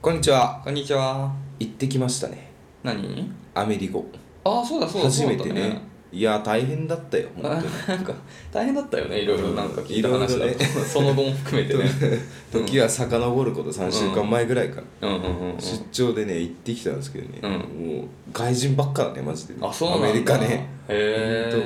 こんにちはこんにちは。行ってきましたね何アメリゴああ、そうだそうだ。初めてそうねだったいや大変だったよ本当あになんか 大変だったよね、いろいろなんか聞いたうんいろい話ろだねと。 その後も含めてね。 うん時は遡ること3週間前ぐらいかな、うんうんうんうん。出張でね行ってきたんですけどね、うんもう外人ばっかだねマジであ、そうなんだ。アメリカね。へほん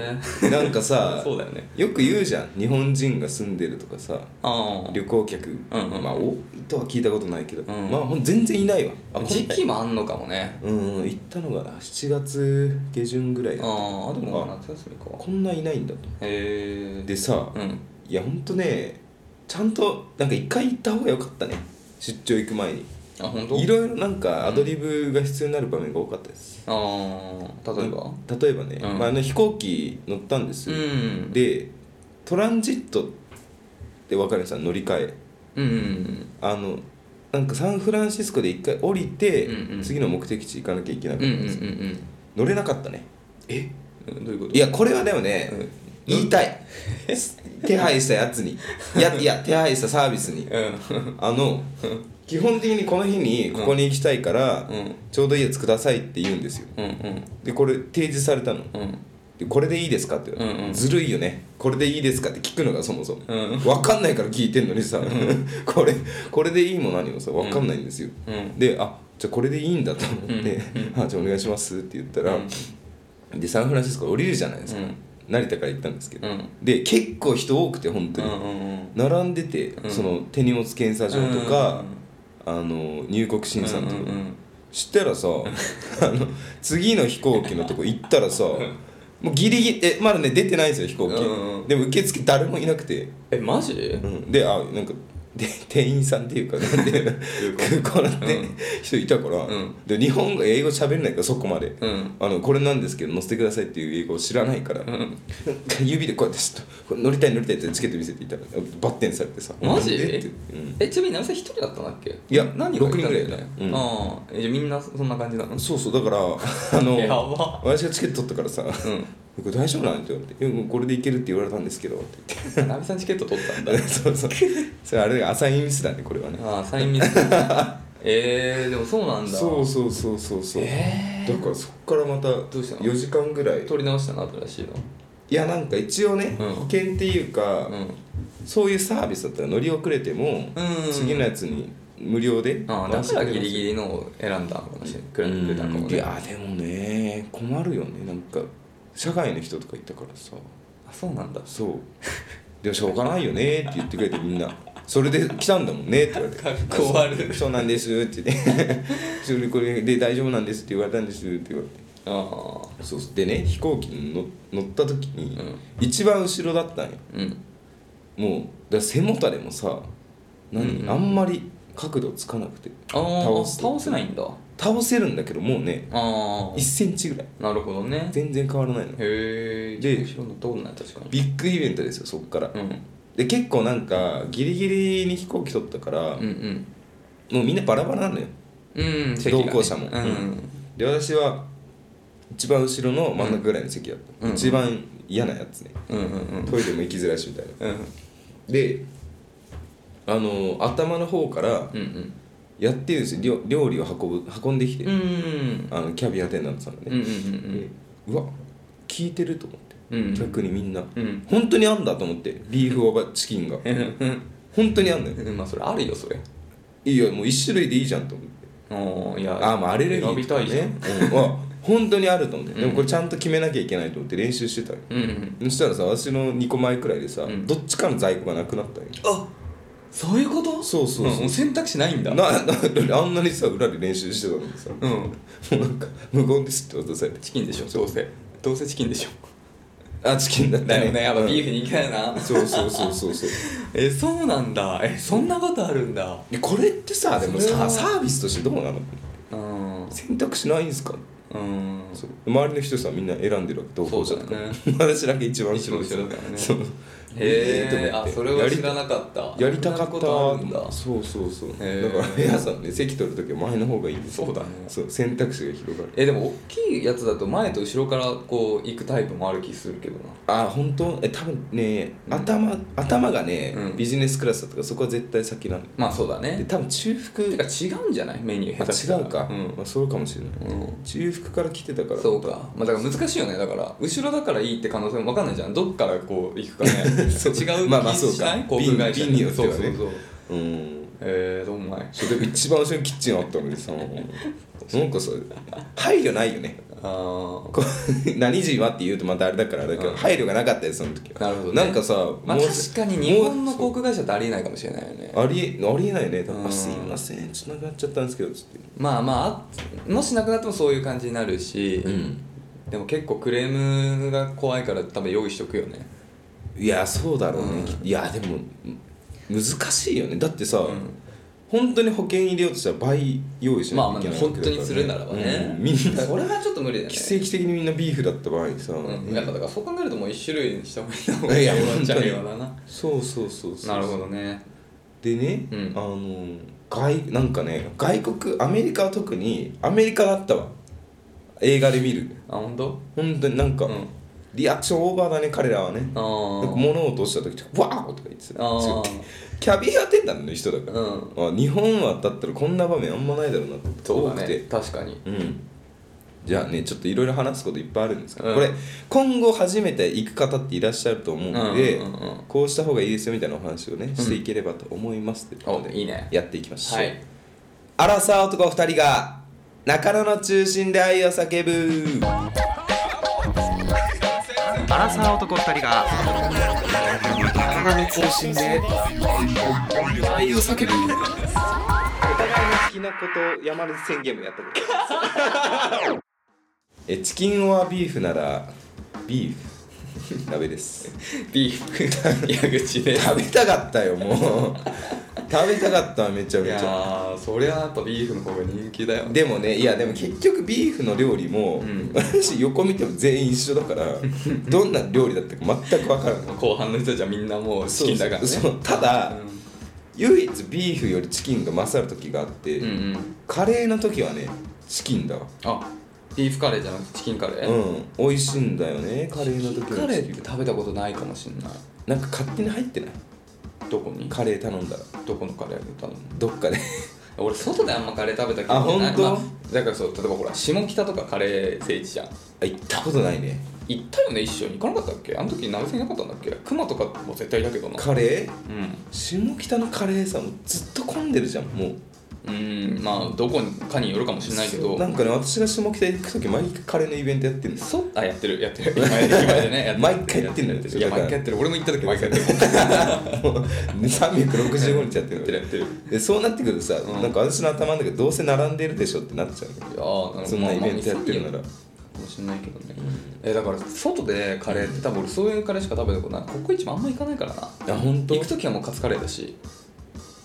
となんかさえ。そうだよね。よく言うじゃん日本人が住んでるとかさああ。旅行客、んうんまあ多いとは聞いたことないけど、んまあほん全然いないわあ時期今もあんのかもね。回うんうん行ったのが7月下旬ぐらいだったああ、でもあ夏休みか。こんないないんだとへえ。でさ、うん。いやほんとねちゃんとなんか一回行った方が良かったね出張行く前にあ、本当いろいろなんかアドリブが必要になる場面が多かったです、ああ、例えば例えばね、うんまあ、あの飛行機乗ったんですうよ、ん。でトランジットって分かるんですよ乗り換えうんうんあのなんかサンフランシスコで一回降りて、うんうん次の目的地行かなきゃいけなうかん。っうんうんたんですよ、乗れなかったねえうんうん。どういうこといやこれはでもね、うん言いたい手配したやつにいやいや手配したサービスにうん。あの基本的にこの日にここに行きたいから、うんちょうどいいやつくださいって言うんですようんうん。でこれ提示されたのうん。でこれでいいですかって言われて、うんうんずるいよねこれでいいですかって聞くのがそもそも、うん分かんないから聞いてんのにさ これこれでいいも何もさ分かんないんですよ、うんであじゃあこれでいいんだと思って「あじゃあお願いします」って言ったら、でサンフランシスコ降りるじゃないですか、うん成田から行ったんですけど、うんで結構人多くて本当に、うんうんうん。並んでて、んその手荷物検査場とか、あの入国審査のとこ、うんうんうんしたら さあの次の飛行機のとこ行ったらさもうギリギリえまだね出てないんですよ飛行機、うんうんでも受付誰もいなくて、えマジうん、であなんかで店員さんっていうかなんていうの空港のね、うん人いたから、うんで日本語英語喋れないからそこまで、うんあのこれなんですけど乗せてくださいっていう英語を知らないから、うなんんか指でこうやってちょっとこれ乗りたい乗りたいってチケット見せていたらバッテンされてさマジなんでってうんえちなみに南さん一人だったんだっけいや何六人ぐらいだだねようんああえじゃあみんなそ んな感じなのそうそうだからあ のやば私がチケット取ったからさ うん「これ大丈夫なん?」って言われていや「これでいけるって言われたんですけど」って言って南さんチケット取ったんだ そうそうそれあれアサインミスだねこれはねああサインミス えーでもそうなんだそうそうそうそうそう、えーだからそこからまたうしたの4時間ぐらい取り直したの新しいのいやなんか一応ね、うん保険っていうか、うんそういうサービスだったら乗り遅れても、うん次のやつに無料でああだからギリギリのを選んだのかもしれないくらいくれたのかもいねやでもね困るよねなんか社外の人とかいたからさあそうなんだそうでもしょうがないよねって言ってくれてみんなそれで来たんだもんねって言われてかっこ悪いそうなんですって言って 「それこれで大丈夫なんです」って言われたんですって言われてああそうそうでね飛行機に乗乗った時に、うん一番後ろだったんようんもうだから背もたれもさ何、うんうんあんまり角度つかなくてああ倒す倒せないんだあ倒せるんだけどもうねあ1センチぐらいなるほどね全然変わらないのへえで後ろのどうなん確かにビッグイベントですよそっから、うんで結構なんかギリギリに飛行機取ったから、うんもうみんなバラバラなのようんうん同行者もうんうんで私は一番後ろの真ん中ぐらいの席だった、うん一番嫌なやつね、うんうんうんトイレも行きづらいしみたいなうんであの頭の方からうんやってるんですよ料料理を運ぶ運んできて、うんうんあのキャビア店なんさんがうんうんね、うんうわ聞いてると思って、うん逆にみんな、うん本当にあんだと思ってビーフオーバーチキンが本当にあんのようんまあそれあるよそれいやもう一種類でいいじゃんと思っあてあいやあーまあアレルギ選ーびとたかいじゃねんうんあ本当にあると思って、でうもんこれちゃんと決めなきゃいけないと思って練習してたのようんうんそしたらさ私の2個前くらいでさ、うんどっちかの在庫がなくなったんよあそういうことそうそうそうん選択肢ないんだななあんなにさ裏で練習してたのにさもうんうなんか無言ですって渡されてチキンでしょどうせどうせチキンでしょあチキンだっただよねやっぱビーフフに行かないなそうそうそうそうそうえそうなんだえそんなことあるんだ でこれってさでもそれさはサービスとしてどうなのうん選択肢ないんすかうんそう周りの人さみんな選んでるわけ同行者とそか、うだよね 私だけ一番後ろで一番後ろだからねそうへええーと思っあてそれは知らなかったやりたかそんったなことあるんだそうそうそう、へだーから部屋さんね席取る時は前の方がいいですそうだねそう選択肢が広がるえでも大きいやつだと前と後ろからこう行くタイプもある気するけどなあ本当え多分ね頭頭がね、うんビジネスクラスだとかそこは絶対先なのまあそうだでね多分中腹てか違うんじゃないメニュー下手したあら違うか、うんまあ、そうかもしれない、う中腹から来てたからそうか、まあ、だから難しいよねだから後ろだからいいって可能性も分かんないじゃんどっからこう行くかね そう違うまあまあ気しないそうか航空会社便によってはねそうそうそううんえー、どうもないそれで一番後ろにキッチンあったのにさなんかさ配慮ないよね あこう何時はって言うとまたあれだからあれだけどうん配慮がなかったよその時はなるほどねなんかさ、まあもう確かに日本のもう航空会社ってありえないかもしれないよねありえありえないねだからうんあすいませんつながっちゃったんですけどつってまあまあもしなくなってもそういう感じになるし、んでも結構クレームが怖いから多分用意しとくよねいやそうだろうね、いやでも難しいよねだってさ、本当に保険入れようとしたら倍用意しなまきあまあゃいけない本当にするならばね、う んみんなそれはちょっと無理だね奇跡的にみんなビーフだった場合にさ、うん、やっぱだからそう考えるともう一種類にした方がいいいなやもう本当に平和だなそうそうそうそうなるほどねでね、うんあの外なんかね外国アメリカは特にアメリカだったわ映画で見るあ本当本当になんか、うんリアクションオーバーだね彼らはねあなんかー物を落とした時とか「ワーオ!」とか言ってたあーキャビアアテンダントの人だから、うんあ日本はだったらこんな場面あんまないだろうなってそう多だくねて確かにうんじゃあねちょっといろいろ話すこといっぱいあるんですけど、うんこれ今後初めて行く方っていらっしゃると思うので、うんうんうんうんこうした方がいいですよみたいなお話をねしていければと思いますということおで、いいねやっていきましょう、はいアラサー男2人が中野の中心で愛を叫ぶアラサー男二人が中心で愛を叫ぶお互いの好きなことを山根宣言もやったことです えチキンオアビーフならビーフ 鍋ですビーフ矢口で食べたかったよもう食べたかったわめちゃいめやちゃーそりゃやっぱビーフの方が人気だよでもねいやでも結局ビーフの料理も、ん私横見ても全員一緒だ からどんな料理だったか全く分からない後半の人じゃみんなもうチキンだからねそうそうそうただ、唯一ビーフよりチキンが勝る時があって、うんうんカレーの時はねチキンだわあビーフカレーじゃなくてチキンカレー、うん美味しいんだよねカレーの時はカレーっチキンて食べたことないかもしんないなんか勝手に入ってないどこにカレー頼んだらどこのカレー頼むどっかで 俺外であんまカレー食べたけどあ本当だからそう例えばほら下北とかカレー聖地じゃんあ行ったことないね行ったよね一緒に行かなかったっけあの時鍋さんいなかったんだっけ熊とかも絶対いたけどなカレーうん下北のカレーさもうずっと混んでるじゃんもううんまあどこかによるかもしれないけどなんかね私が下北行く時毎回カレーのイベントやってるんですそうあやってるや ってる今や今やねやってる毎回やってんのよいや毎回やってる俺も行った時毎回やってるもう365日やってやるのってるやってるでそうなってくるとさ、うんなんか私の頭の中でどうせ並んでるでしょってなっちゃうねいやーなるほどそんなイベントやってるなら、まあまあかもしれないけどね、えだから外でカレーって多分俺そういうカレーしか食べたことないココイチもあんま行かないからなあ本行く時はもうカツカレーだし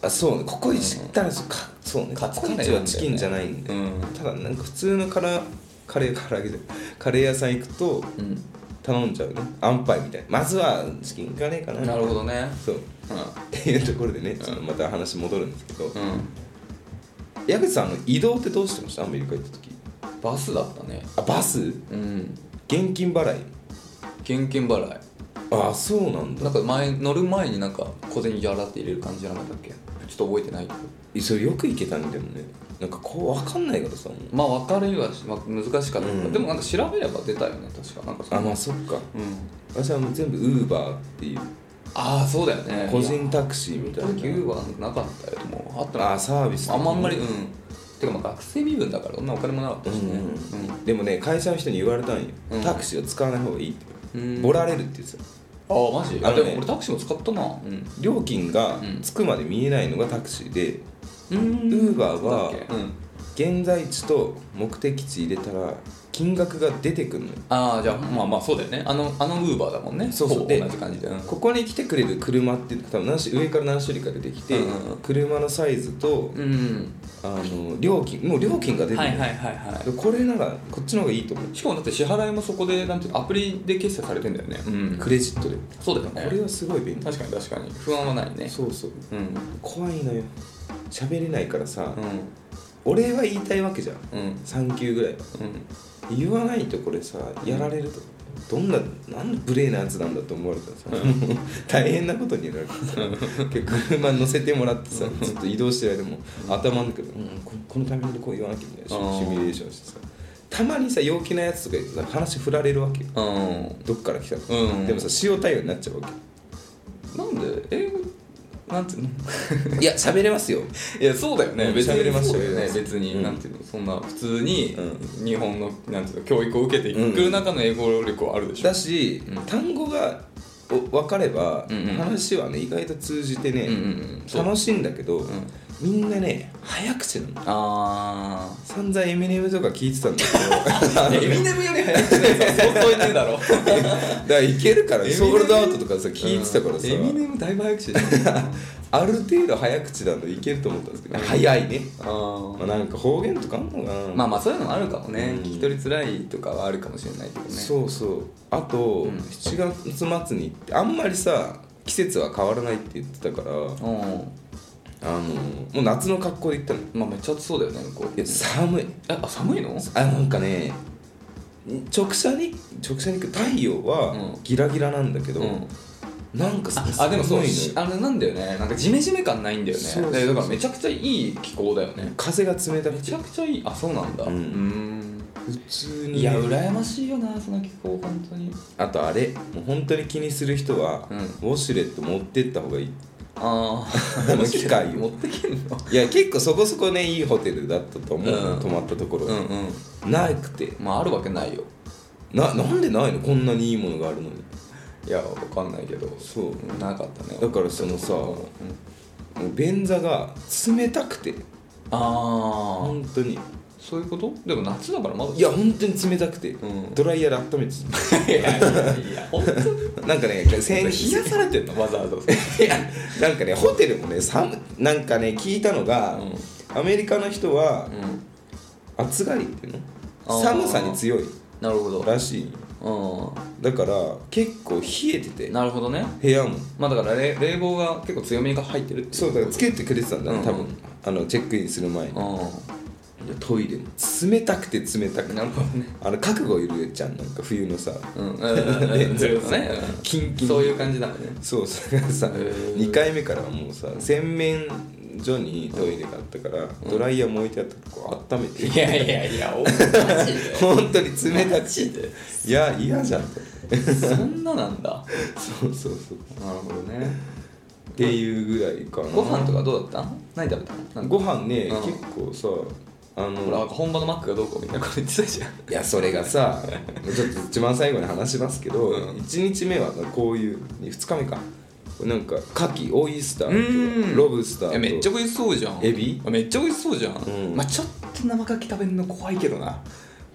あそうねココイチ行ったらそうかそうねカカツツカレカーレなんだよねーはチキンじゃないんで、うんただなんか普通のカラカレーカレーじゃんカレー屋さん行くとうん頼んじゃうねアンパイみたいなまずはチキンカレーかななるほどねそうっていうところでねちょっとまた話戻るんですけど、うん、うん、矢口さんあの移動ってどうしてましたアメリカ行った時バスだったねあバスうん現金払い現金払ああそうなんいだなんか前乗る前になんか小銭ギャラって入れる感じじゃなかったっけちょっと覚えてないけどそれよく行けたんでもねなんかこう分かんないからさもうまあ分かるよはし、まあ、難しかった、うんでもなんか調べれば出たよね確かなんかそあのまあそっかうん私はもう全部ウーバーっていうああそうだよね個人タクシーみたいな時ウーバーなかったよでもあったのあーサービスあんまあんまりうんてかまあ学生身分だからそんなお金もなかったしねうんでもね会社の人に言われたんよ、うんタクシーは使わない方がいいって、うんボラれるって言ってたああマジああのねでも俺タクシーも使ったなうん料金がうん着くまで見えないのがタクシーで、うんウーバーはうん現在地と目的地入れたら金額が出てくるのよああじゃあまあまあそうだよねあのあのウーバーだもんねそうそうほぼで同じ感じで、うんここに来てくれる車って多分何種上から何種類か出てきて、うんうんうん車のサイズとうんあの料金もう料金が出てるのはいよ、はいはいはこれならこっちの方がいいと思ういしかもだって支払いもそこでなんていうのアプリで決済されてんだよねうんクレジットでそうだよねこれはすごい便利確かに確かに不安はないねそうそううん怖いのよ喋れないからさ、うん俺は言いたいわけじゃんうん3級ぐらいはうん言わないとこれさやられると、どんななんで無礼なやつなんだと思われたらさ、もう大変なことになるからさ結構車乗せてもらってさずっと移動してる間も頭の中で、うん、ここのタイミングでこう言わなきゃいけないあーしシミュレーションしてさたまにさ陽気なやつとか言ってさ話振られるわけようんどっから来たの、うんでもさ塩対応になっちゃうわなんで英語なんていうのけいや喋れますよいやそうだよねうん別に喋れますそうだよね喋れます別に、うんなんていうのそんな普通にう日本のなんていうの教育を受けていく中の英語力はあるでしょ、だし、うん単語がお分かれば、うんうん話はね意外と通じてね、うんうんうんそう楽しいんだけど、んみんなね早口なのあ散々エミネムとか聞いてたんだ あけエどミネムより早くないさ相当いないだろ だからいけるからねエミソネムールドアウトとかさ 聞いてたからさエミネムだいぶ早口だよある程度早口なのいけると思ったんですけど早いね、あーまあ、なんか方言とかあんのかなまあまあそういうのもあるかもね、うん聞き取りづらいとかはあるかもしれないけどねそうそうあと、ん7月末に行ってあんまりさ季節は変わらないって言ってたからあうんのもう夏の格好で行ったのいまあめっちゃ暑そうだよね向こうや寒いえあ寒いのあなんかね直射日直射日光太陽はうんギラギラなんだけど、うんなんかさああでもそう寒いのよしあれなんだよねなんかジメジメ感ないんだよねそうそうそうでだからめちゃくちゃいい気候だよね風が冷たくめてちゃくちゃいいあそうなんだうんん普通にいや羨ましいよなその気候本当にあとあれもう本当に気にする人は、うんウォシュレット持ってった方 がいいあこあの機械を持ってけんのいや結構そこそこねいいホテルだったと思うの、うん泊まったところ、 うんうんなくてまああるわけないよななんでないのこんなにいいものがあるのにいやわかんないけどそうなかったねだからそのさもう便座が冷たくてああ本当にそういうことでも夏だからまだいや本当に冷たくて、うんドライヤーで温め ていやいやいや本当にたなんかね冷先やされてんのわざわざ いやなんかねホテルもね寒なんかね聞いたのが、アメリカの人はうん暑がりっていうあのー寒さに強いなるほどらしいだから結構冷えてうてんなるほどね部屋もまあだから冷冷房が結構強めが入ってるっていそうだからつけてくれてたんだね、うん多分あのチェックインする前にうでトイレも冷たくて冷たくんてなるほどねあの覚悟いるじゃんなんか冬のさうんねそういうことねうんキンキンそういう感じなんだねそうそれがさへー2回目からはもうさ洗面所にトイレがあったから、ドライヤーも置いてあったからこう温めていやいやいやおマジで本当に冷マたくてジでいや嫌じゃんそんななんだそうそうそうなるほどねっていうぐらいかなご飯とかどうだった何食べたなんかご飯ね、うん結構さあほらなんのか本場のマックがどうこうみたいなこと言ってたじゃんいやそれがさちょっと一番最後に話しますけど、うん1日目はこういう2日目かなんか牡蠣オイスターうんとロブスターいとやめっちゃ美味しそうじゃんエビめっちゃ美味しそうじゃん、うんまあちょっと生牡蠣食べるの怖いけどな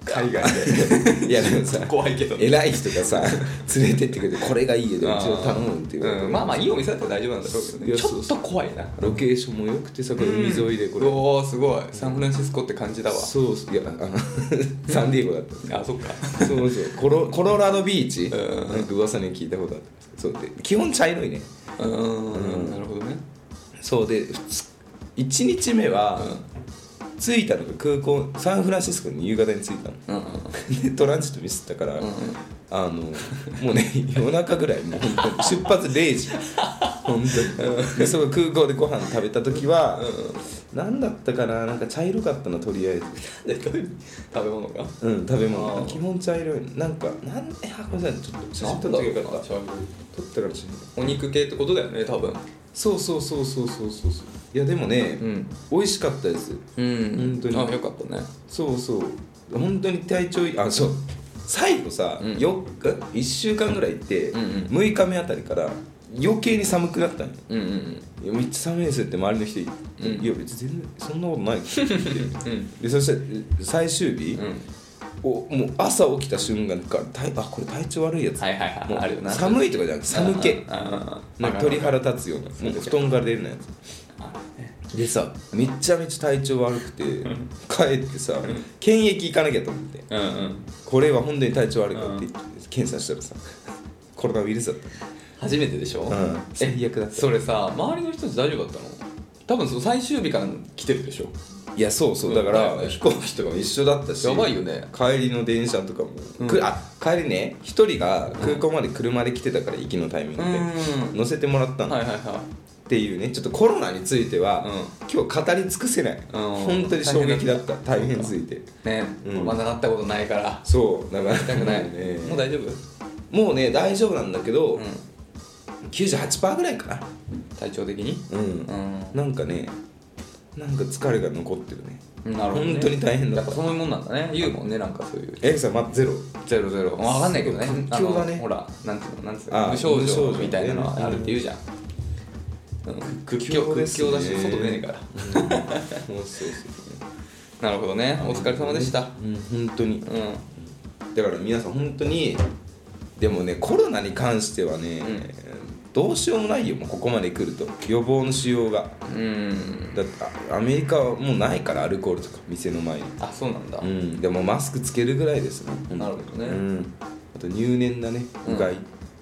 海外 でいやでもさ怖いけどね偉い人がさ連れてってくれてこれがいいよでうちを頼むっていううんまあまあいいお店だったら大丈夫なんだろうけどいねやちょっと怖いなロケーションも良くてさこれ海沿いでこれ、うんうおーすごいサンフランシスコって感じだわそうそういや あのサンディエゴだったあそっかそうそうコロコロラドビーチ、うんなんか噂に聞いたことあったそうで基本茶色いねうーんなるほどねそうで1日目は、着いたのが空港サンフランシスコに夕方に着いたの うんでトランジットミスったから、うんあのもうね夜中ぐらいもう本当に出発0時本当にでそこ空港でご飯食べた時は、何だったかななんか茶色かったなとりあえずでどういう食べ物かうん食べ物あー基本茶色いなんかなんであごめんなさいちょっと写真撮ってよかった撮ったから写真お肉系ってことだよね多分そうそうそうそうそうそうそういやでもね、ん美味しかったですうん本当にあよかったねそうそう本当に体調いいあそう最後さ、うん4日1週間ぐらい行って、うんうん6日目あたりから余計に寒くなったのようんうんいやめっちゃ寒いですって周りの人言って、うんいや別に全然そんなことないですっ てうんうんでそして最終日、うんおもう朝起きた瞬間から体あこれ体調悪いやつ、はいはいはいもうあるよな寒いとかじゃなくて寒気あもう鳥肌立つようなもう布団から出るなやつでさめちゃめちゃ体調悪くて帰ってさ検疫行かなきゃと思ってうんうんこれは本当に体調悪いからって言って検査したらさ コロナウイルスだっ初めてでしょ、た、うん、最悪だったそれさ周りの人たち大丈夫だったの多分その最終日から来てるでしょいやそうそうだから、うん飛行機とかも一緒だったしやばいよね帰りの電車とかも、うんくあ帰りね一人が空港まで車で来てたから行きのタイミングで、乗せてもらったの、はいはいはっていうねちょっとコロナについては、う今日語り尽くせない、本当に衝撃だった大変すぎていね、うんまだなったことないからそうだか ら痛くない、ねもう大丈夫、もうね大丈夫なんだけど、う98%ぐらいかな、ん、体調的にうんうなんかねなんか疲れが残ってるねんなるほど、ね、本当に大変だやっぱそういうもんなんだね言うもんねなんかそういうエリさんまだゼロゼロゼロわかんないけどね環境がねあのほらなんていうのなんていうあの無症無症状状みたいなのはあるって言うじゃん、うん、屈強苦境で屈すね強だし外出ねえからもうそうなるほどねお疲れ様でしたうん本当にうんだから皆さん本当にでもねコロナに関してはね、んどうしようもないよもうここまで来ると予防のしようがうんだってあアメリカはもうないからアルコールとか店の前にあそうなんだ、うんでもマスクつけるぐらいですね本当になるほどねうん、あと入念なねうんうがい、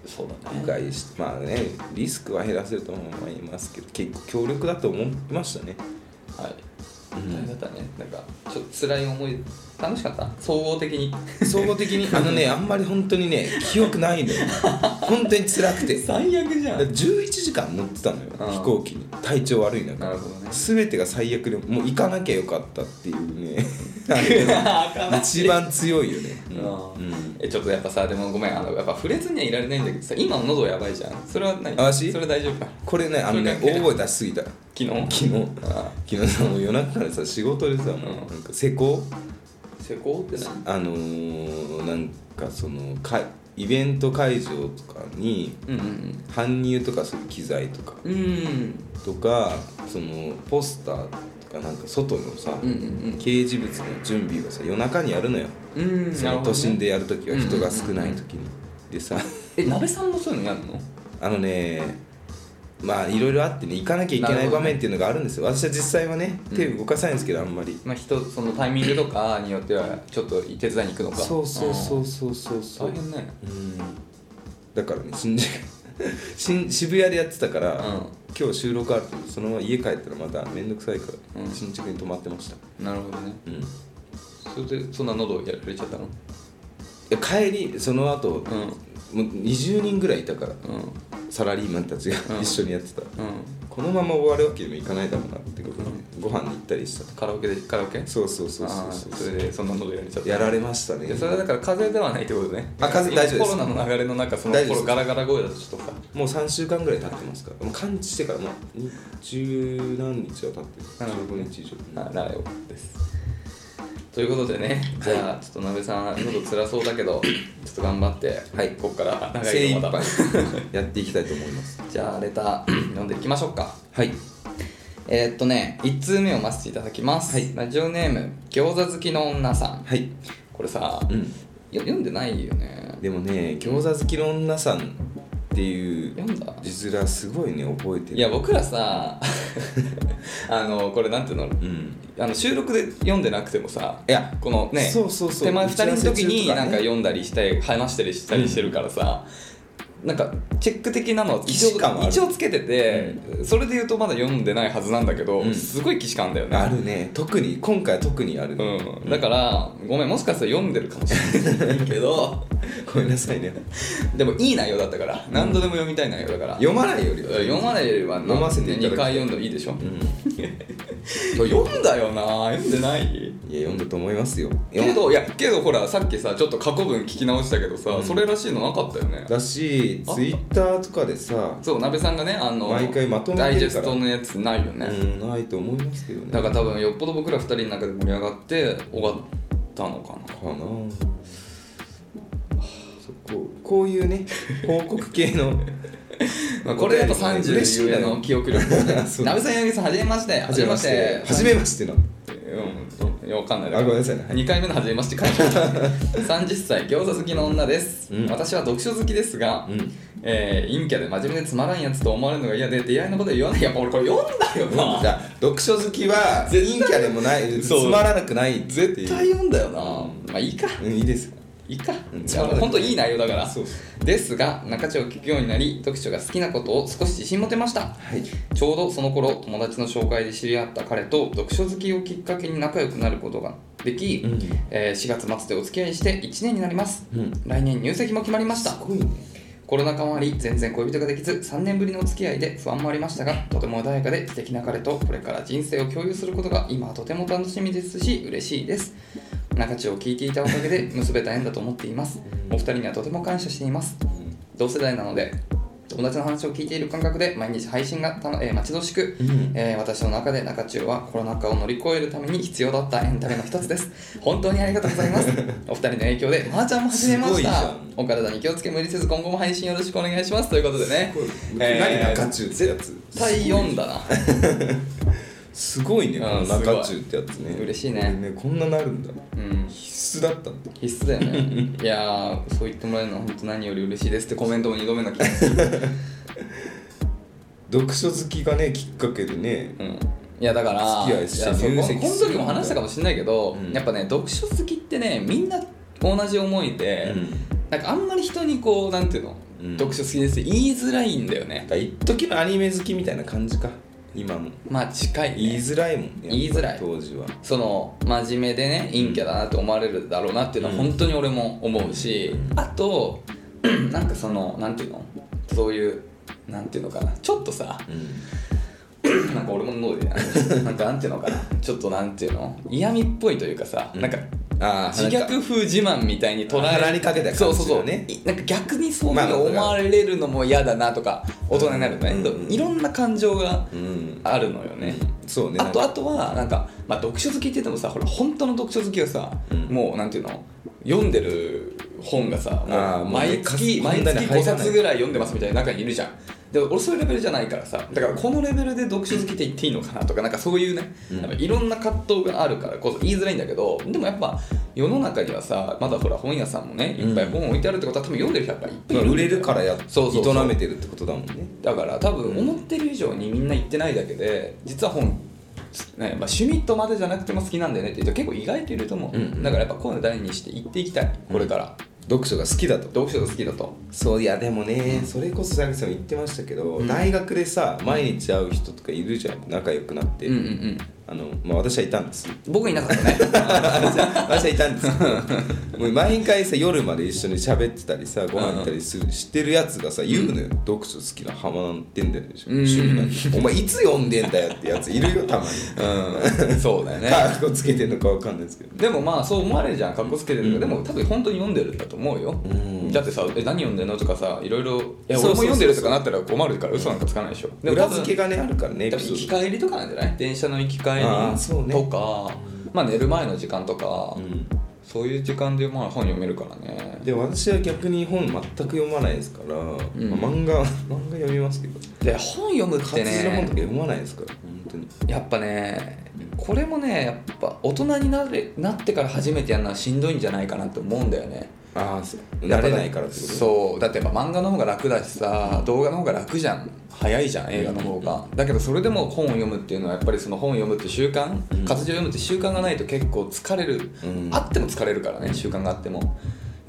そうだうねがいしまあねリスクは減らせると思いますけど結構強力だと思いましたねはいうん大変だったねなんかちょっと辛い思い楽しかった総合的に総合的にあ のねあんまり本当にね記憶ないのよ本当に辛くてだか最悪じゃら11時間乗ってたのよあー飛行機に体調悪い な中るほど ね全てが最悪でもう行かなきゃよかったっていう ね一番強いよね、あうんうんえちょっとやっぱさでもごめんあのやっぱ触れずにはいられないんだけどさ今喉やばいじゃんそれは何あ足それ大丈夫かこれねあのねそれ大だけ声出しすぎた昨日昨日あ昨日さもう夜中からさ仕事でさもうなんか施工施工って何あのー、なんかそのかイベント会場とかにうんうん搬入とかする機材とかうんうんとかそのポスターとかなんか外のさ、うんうん掲示物の準備をさ夜中にやるのよ、うんうんそなるほのどね都心でやるときは人が少ないときに、でさえ鍋さんもそういうのやるのあのねまあいろいろあってね行かなきゃいけななるいほど場ね面っていうのがあるんですよ私は実際はね手動かさないんですけど、あんまりまあ人そのタイミングとかによってはちょっと手伝いに行くのかそうそうそううそうそうそ大う変ねうんだからね新宿 新渋谷でやってたから、うん今日収録あるけどそのまま家帰ったらまた面倒くさいから、うん新宿に泊まってました、なるほどねうん、いそれでそんな喉やられちゃったのや帰りその後、うんもう20人ぐらいいたからうんサラリーマンたちがうん一緒にやってた、うんこのまま終わるわけにもいかないだろうなってことで、ご飯に行ったりしたカラオケでカラオケそうそうそうそうあそうーそれでそんな喉やられちゃったやられましたねでそれはだから風邪ではないってことねあ風邪大丈夫ですコロナの流れの中その大丈夫頃ですガラガラ声だとちょっとさもう3週間ぐらい経ってますからもう完治してからもうに十何日は経ってるなるほど15日以上ななれですということでねじゃあちょっとなべさん喉辛そうだけどちょっと頑張ってはいここから長精い一のまだ杯 やっていきたいと思います じゃあレター 読んでいきましょうかはいえーっとね1通目を読ませていただきます、はいラジオネーム餃子好きの女さんはいこれさ、うよん読んでないよねでもね餃子好きの女さんっていう読んだ字面すごいね覚えてるいや僕ら さあのこれなんていうのうんあの収録で読んでなくてもさいやこのねそうそうそう手前2人の時に打ち合わせ中とかねなんか読んだりして話したりしたりしてるからさ、なんかチェック的なのは一既視感はあ応る一応つけてて、それで言うとまだ読んでないはずなんだけど、うんすごい既視感だよねあるね特に今回は特にあるねうん、だからごめんもしかしたら読んでるかもしれないけど ごめんなさいねでもいい内容だったから何度でも読みたい内容だから、読まないよりは読まないよりは読ませていただき2たい回読んでもいいでしょ、う読んだよな読んでないんいや読んだと思いますよけどいやけどほらさっきさちょっと過去文聞き直したけどさ、それらしいのなかったよねだしツイッターとかでさそう鍋さんがねあの毎回まとめてるからダイジェストのやつないよね、うんないと思いますけどねだから多分よっぽど僕ら二人の中で盛り上がって終わったのかなかな そここういうね報告系のまあこれだと30嬉しいゆんだえよの記憶力そうなべさんやぎさんはじめましては初めましては初じめましてなうんいやわかんないあごめんなさいねはい2回目のはじめまして会社30歳餃子好きの女です、うん私は読書好きですが、うんえー陰キャで真面目でつまらんやつと思われるのが嫌で出会いのことは言わないやっぱ俺これ読んだよな、じゃあ読書好きは陰キャでもないつそうまらなくないっていう絶対読んだよな、うんまあいいかうんいいですよいいか、うんじゃあ本当いい内容だからそうですが中地を聞くようになり読書が好きなことを少し自信持てましたはいちょうどその頃友達の紹介で知り合った彼と読書好きをきっかけに仲良くなることができ、うんえー4月末でお付き合いして1年になります、うん来年入籍も決まりましたすごいねコロナ禍もあり全然恋人ができず3年ぶりのお付き合いで不安もありましたがとても穏やかで素敵な彼とこれから人生を共有することが今はとても楽しみですし嬉しいです中地を聞いていたおかげで結べた縁だと思っていますお二人にはとても感謝しています同世代なので友達の話を聞いている感覚で毎日配信がたの、えー待ち遠しく、うんえー私の中で中中はコロナ禍を乗り越えるために必要だったエンタメの一つです本当にありがとうございます お二人の影響でまー、ちゃんも始めますごいしじゃたんお体に気をつけ無理せず今後も配信よろしくお願いしますということでねえ何ー中中ってやつ絶対読んだなすごいねこのうん中中ってやつねすごい嬉しいねこれこんななるんだうん必須だったんだ必須だよ ねいやーそう言ってもらえるのは本当何より嬉しいですってコメントも2度目の気が する、読書好きがねきっかけでねうん、いやだから付き合いしてやそう入籍このするん時だも話したかもしれないけど、うんやっぱね読書好きってねみんな同じ思いで、なんかあんまり人にこうなんていうの、うん読書好きですって言いづらいんだよねだ一時のアニメ好きみたいな感じか今もまあ近い、言いね、づらいもんね言いづらい当時はその真面目でね陰キャだなって思われるだろうなっていうのはうん本当に俺も思うし、あと なんかそのなんていうのそういうなんていうのかなちょっとさなんか俺も脳でなんかなんていうのかなちょっとなんていうの嫌味っぽいというかさ、うんなんかああ自虐風自慢みたいに捉え腹にかけた感じだそよねうそうそういなんか逆にそういうふうに思われるのも嫌だなとか大人になるとね、うんいろんな感情がうんあるのよね、そうねあとあとはなんか、まあ、読書好きって言ってもさほら本当の読書好きはさ、うんもうなんていうの読んでる本がさあーもうもうね毎月かすこ毎んなに月5入らない冊ぐらい読んでますみたいな中にいるじゃんでも俺そういうレベルじゃないからさだからこのレベルで読書好きって言っていいのかなとかなんかそういうね、うんなんかいろんな葛藤があるからこそ言いづらいんだけどでもやっぱ世の中にはさまだほら本屋さんもねいっぱい本置いてあるってことは多分読んでる人やっぱいっぱいいまあんだよ売れるからやっそうそうそう営めてるってことだもんねだから多分うん思ってる以上にみんな言ってないだけで実は本、ねまあ、趣味とまでじゃなくても好きなんだよねって言うと結構意外といると思う、うんうんだからやっぱこういうの大事にして言っていきたいこれから、読書が好きだと読書が好きだとそういやでもねそれこそザキさんも言ってましたけど、ん大学でさ毎日会う人とかいるじゃん仲良くなって、うんうんうんあのまあ、私はいたんです僕いなかったね私はいたんですけどもう毎回さ夜まで一緒に喋ってたりさご飯行ったりするしてるやつがさ言うのよ、読書好きなハマってんだよ、趣味なんてお前いつ読んでんだよってやついるよたまにうん そうだよねカードつけてんのかわかんないですけどでもまあそう思われるじゃんかっこつけてるけど、でも多分本当に読んでるんだと思うよ、んだってさ「え何読んでんの?」とかさいろいろ「いやそ俺もうそうそう読んでる」とかなったら困るから嘘なんかつかないでしょでも多裏分付けがねあるからねエ多ピ分ソ行きー帰りとかなんじゃない電車の行き帰りあーそうねとか、まあ寝る前の時間とか、ド、うんそういう時間でまあ本読めるからねでも私は逆に本全く読まないですから、まあ漫画 漫画読みますけどで本読むっ活て字の本とかね読まないですから本当にやっぱねこれもねやっぱ大人になれなってから初めてやるのはしんどいんじゃないかなって思うんだよねああ慣れないからってことそうだってやっぱ漫画の方が楽だしさ動画の方が楽じゃん早いじゃん映画の方がだけどそれでも本を読むっていうのはやっぱりその本を読むって習慣うん活字を読むって習慣がないと結構疲れる、うんあっても疲れるからね習慣があっても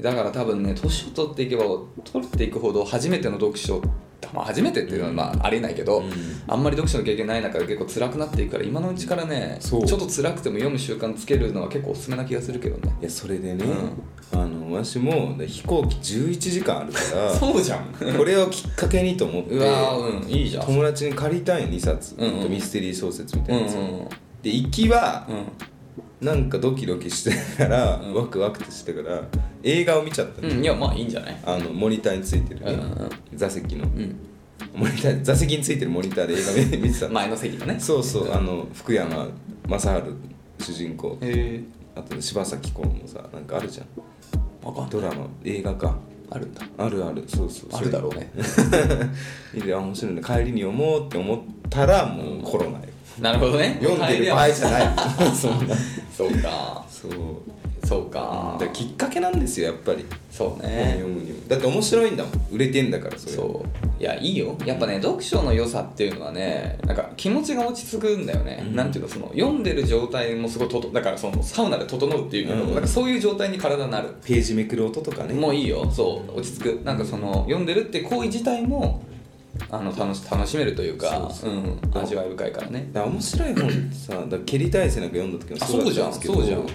だから多分ね年を取っていけば取っていくほど初めての読書まあ初めてっていうのはまあありえないけど、うんあんまり読書の経験ない中で結構辛くなっていくから今のうちからねちそょっうと辛くても読む習慣つけるのは結構おすすめな気がするけどねいやそれでね、うあのわしもね飛行機11時間あるか そうじゃ んらこれをきっかけにと思ってうわーうんいいじゃん友達に借りたい2冊、うんうんほんとミステリー小説みたいなやつ、うんうんうんで行きはう、んなんかドキドキしてたから、うんワクワクとしてたから映画を見ちゃったの、うん、いやまあいいんじゃないあのモニターについてる、ねうんうん座席の、うんモニター座席についてるモニターで映画見見 てたの前の席のねそうそうあの福山雅治主人へ公えあと柴咲コウもさなんかあるじゃん分かんないドラマ映画かあるんだあるあるそうそうそあうるだろうねであ面白いね帰りに読もうって思ったらもうコロナよ なるほどね読んでる場合じゃない そんなそうかそうそうだかからきっかけなんですよやっぱりそう本ね読むにもだって面白いんだもん売れてんだからそれそういやいいよやっぱね読書の良さっていうのはねなんか気持ちが落ち着くんだよね、うんなんていうかその読んでる状態もすごいととだからそのサウナで整うっていうけど、うんなんかそういう状態に体になるページめくる音とかねもういいよそう落ち着くなんかその読んでるって行為自体もあの楽し楽しめるというか、そうそうん味わい深いからねだから面白い本ってさだから蹴り体勢なんか読んだ時もあそうじだゃっんたそうじゃん、うん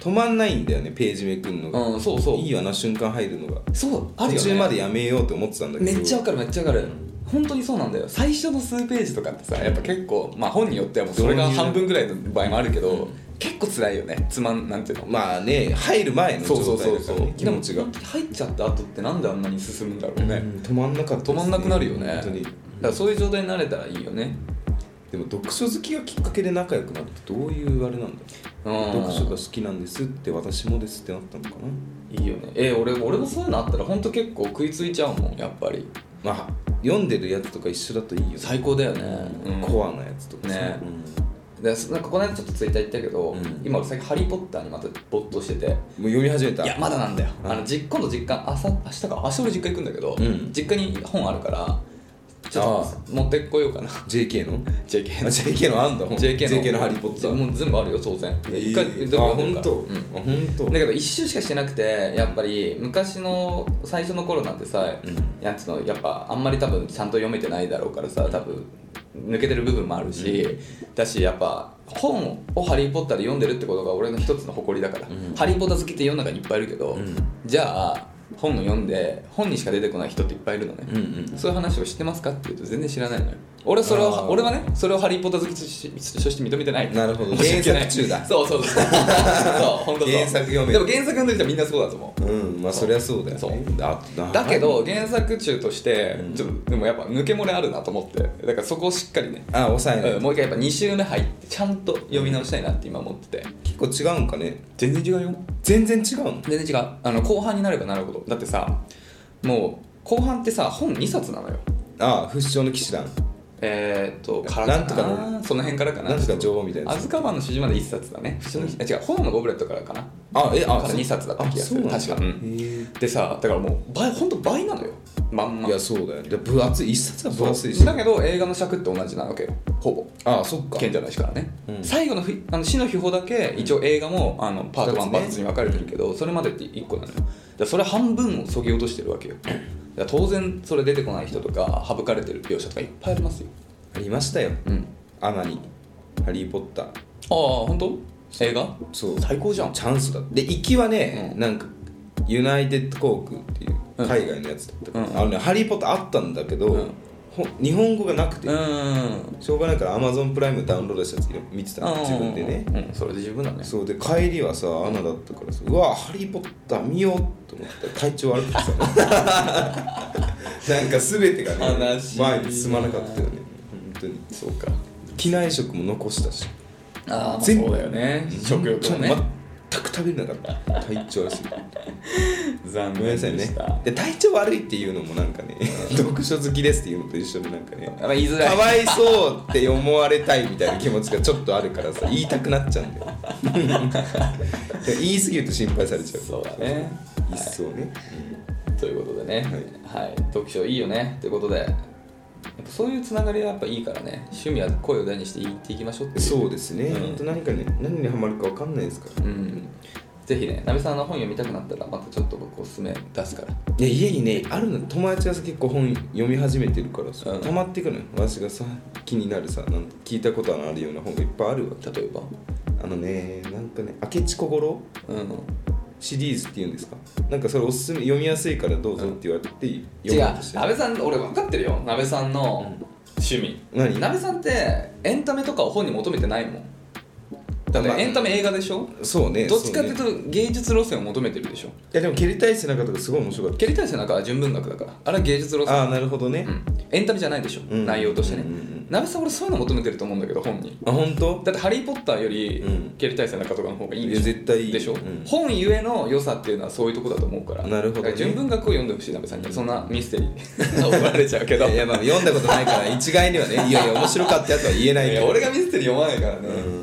止まんないんだよねページめくるのが、うん、そうそういいよな瞬間入るのがそうあるよ、途ね、中までやめようと思ってたんだけどめっちゃわかるめっちゃわかる本当にそうなんだよ最初の数ページとかってさやっぱ結構まあ本によってはもうそれが導入半分ぐらいの場合もあるけど結構辛いよねつまんなんていうのまあね入る前のそうそ状うそ態うだそかうらね気持ちがでも本当に入っちゃった後ってなんであんなに進むんだろううねん止まんなかったです止ねまんなくなるよね本当にだからそういう状態になれたらいいよねでも読書好きがきっかけで仲良くなるってどういうあれなんだうん読書が好きなんですって私もですってなったのかないいよねえ俺俺もそういうのあったら本当結構食いついちゃうもんやっぱりまあ読んでるやつとか一緒だといいよね最高だよね、うんコアなやつとかさねうんでそなんかこの間ちょっとツイッター言ったけど、うん今俺最近「ハリー・ポッター」にまた没頭しててもう読み始めたいやまだなんだようんあの実今度実家朝明日か明日俺実家行くんだけど、うん実家に本あるからちょあっと持ってこようかな JK の JK あの JK のあん だ JK の JK のハリー・ポッターもう全部あるよ当然えー一回あどこでも本当、うんあ本当だけど一周しかしてなくてやっぱり昔の最初の頃なんてさ、んやつうのやっぱあんまり多分ちゃんと読めてないだろうからさ多分抜けてる部分もあるし、だしやっぱ本を「ハリー・ポッター」で読んでるってことが俺の一つの誇りだから、うんハリー・ポッター好きって世の中にいっぱいいるけど、うんじゃあ本を読んで本にしか出てこない人っていっぱいいるのね、うんうんそういう話を知ってますかって言うと全然知らないのよ俺それはあー俺はねそれをハリー・ポッター好きとしとして認めてないなるほど申し訳ない原作中だそうそうそうそう本当そう原作読めでも原作読んでる人はみんなそうだと思ううんまあそりゃそうだよねそうだだだけど原作中としてうんちょっとでもやっぱ抜け漏れあるなと思ってだからそこをしっかりねあ抑えない、うんもう一回やっぱ2週目入ってちゃんと読み直したいなって今思ってて結構違うんかね全然違うよ全然違うの全然違うあの後半になればなるほどだってさもう後半ってさ本2冊なのよああ不死鳥の騎士団えー、っと、なんとかのその辺からかな。なんとか女王みたいなアズカバンの指示まで1冊だね。普通のあ違う、本のゴブレットからかな。あえあから2冊だった気がする。あ確そうか。なうんだんへでさ、だからもう、倍、ほんと倍なのよ。まんえま。いやそうだよねで分厚い一冊はそ分厚いしうだけど、映画の尺って同じなわけよ。ほぼ。ああそっか賢者の石からね、うん最後のふあの死の秘宝だけ一応映画もあのパート二つ1、ねパート2に分かれてるけどそれまでって1個なのよだからそれ半分をそぎ落としてるわけよだから当然それ出てこない人とか省かれてる描写とかいっぱいありますよありましたようんアナに「ハリー・ポッターああ本当映画」そう最高じゃんチャンスだで行きはね、うなんかユナイテッド航空っていううん海外のやつだったから、うんあのね「ハリー・ポッター」あったんだけど、うんほ日本語がなくて、うんしょうがないからアマゾンプライムダウンロードしたやつ見てたの自分でね、うんそれで十分だねそうで帰りはさアナだったからさ「うわハリー・ポッター見よう」と思って体調悪く てさなんか全てがね悲しい前に進まなかったよね本当にそうか機内食も残したしああ全そうだよね食欲もねちょ全く食べれなかった体調悪すぎて残ごめんなさいねで体調悪いっていうのもなんかね 読書好きですっていうのと一緒でなんかねあ言いづからいわいそうって思われたいみたいな気持ちがちょっとあるからさ言いたくなっちゃう んだよで言い過ぎると心配されちゃうそうだね一層ね、ということでねはい、読書いいよねということでやっぱそういうつながりはやっぱいいからね趣味は声を大にして言っていきましょうっていうそうですね、うんほんと何かね何にハマるか分かんないですから、うんぜひねなべさんの本読みたくなったらまたちょっと僕おすすめ出すからいや家にねあるの友達がさ結構本読み始めてるからさ、うん溜まってくのよ私がさ気になるさなん聞いたことのあるような本がいっぱいあるわ例えばあのねなんかね明智小五郎うんシリーズっていうんですかなんかそれおすすめ読みやすいからどうぞって言われて違う読むとしてなべさん俺分かってるよなべさんのうん趣味何なべさんってエンタメとかを本に求めてないもんだからまあエンタメ映画でしょそうねどっちかってそいうねうと芸術路線を求めてるでしょいやでも蹴りたい背中とかすごい面白かっ蹴りたい背中は純文学だからあれは芸術路線たああーなるほどね、うんエンタメじゃないでしょ、うん内容としてね、うんうんうん鍋さん俺そういうの求めてると思うんだけど本人あ本当だって「ハリー・ポッター」よりうん「蹴りたい背中」とかの方がいいでしょいや絶対いいでしょ、うん本ゆえの良さっていうのはそういうとこだと思うからなるだほどねから純文学を読んでほしい鍋さんにそんなミステリ ー怒られちゃうけどいやまあ読んだことないから一概にはねいやいや面白かったやつは言えないいけやど俺がミステリー読まないからね、うん